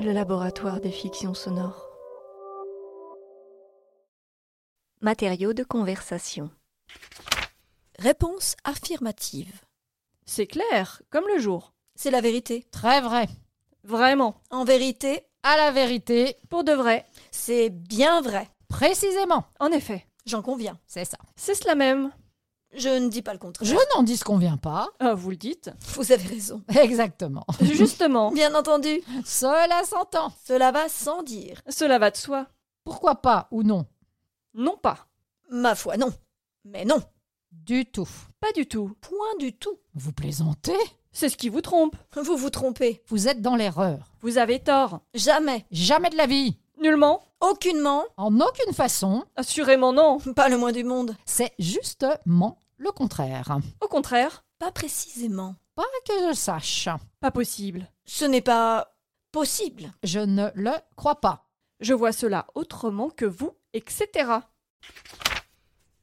le laboratoire des fictions sonores. Matériaux de conversation. Réponse affirmative. C'est clair, comme le jour. C'est la vérité. Très vrai. Vraiment, En vérité, À la vérité, pour de vrai, c'est bien vrai. précisément. en effet. J'en conviens. C'est ça. C'est cela même. Je ne dis pas le contraire. Je n'en dis ce qu'on vient pas. Ah, vous le dites. Vous avez raison. Exactement. Justement, Bien entendu, Cela s'entend. cela va sans dire. cela va de soi. Pourquoi pas ou non Non pas. Ma foi, non. Mais non, Du tout. Pas du tout. point du tout. Vous plaisantez C'est ce qui vous trompe. Vous vous trompez. Vous êtes dans l'erreur. Vous avez tort. Jamais, Jamais de la vie. Nullement aucunement, En aucune façon. Assurément non. pas le moins du monde. C'est justement le contraire. Au contraire, Pas précisément. Pas que je sache. pas possible. Ce n'est pas possible. Je ne le crois pas. Je vois cela autrement que vous, etc.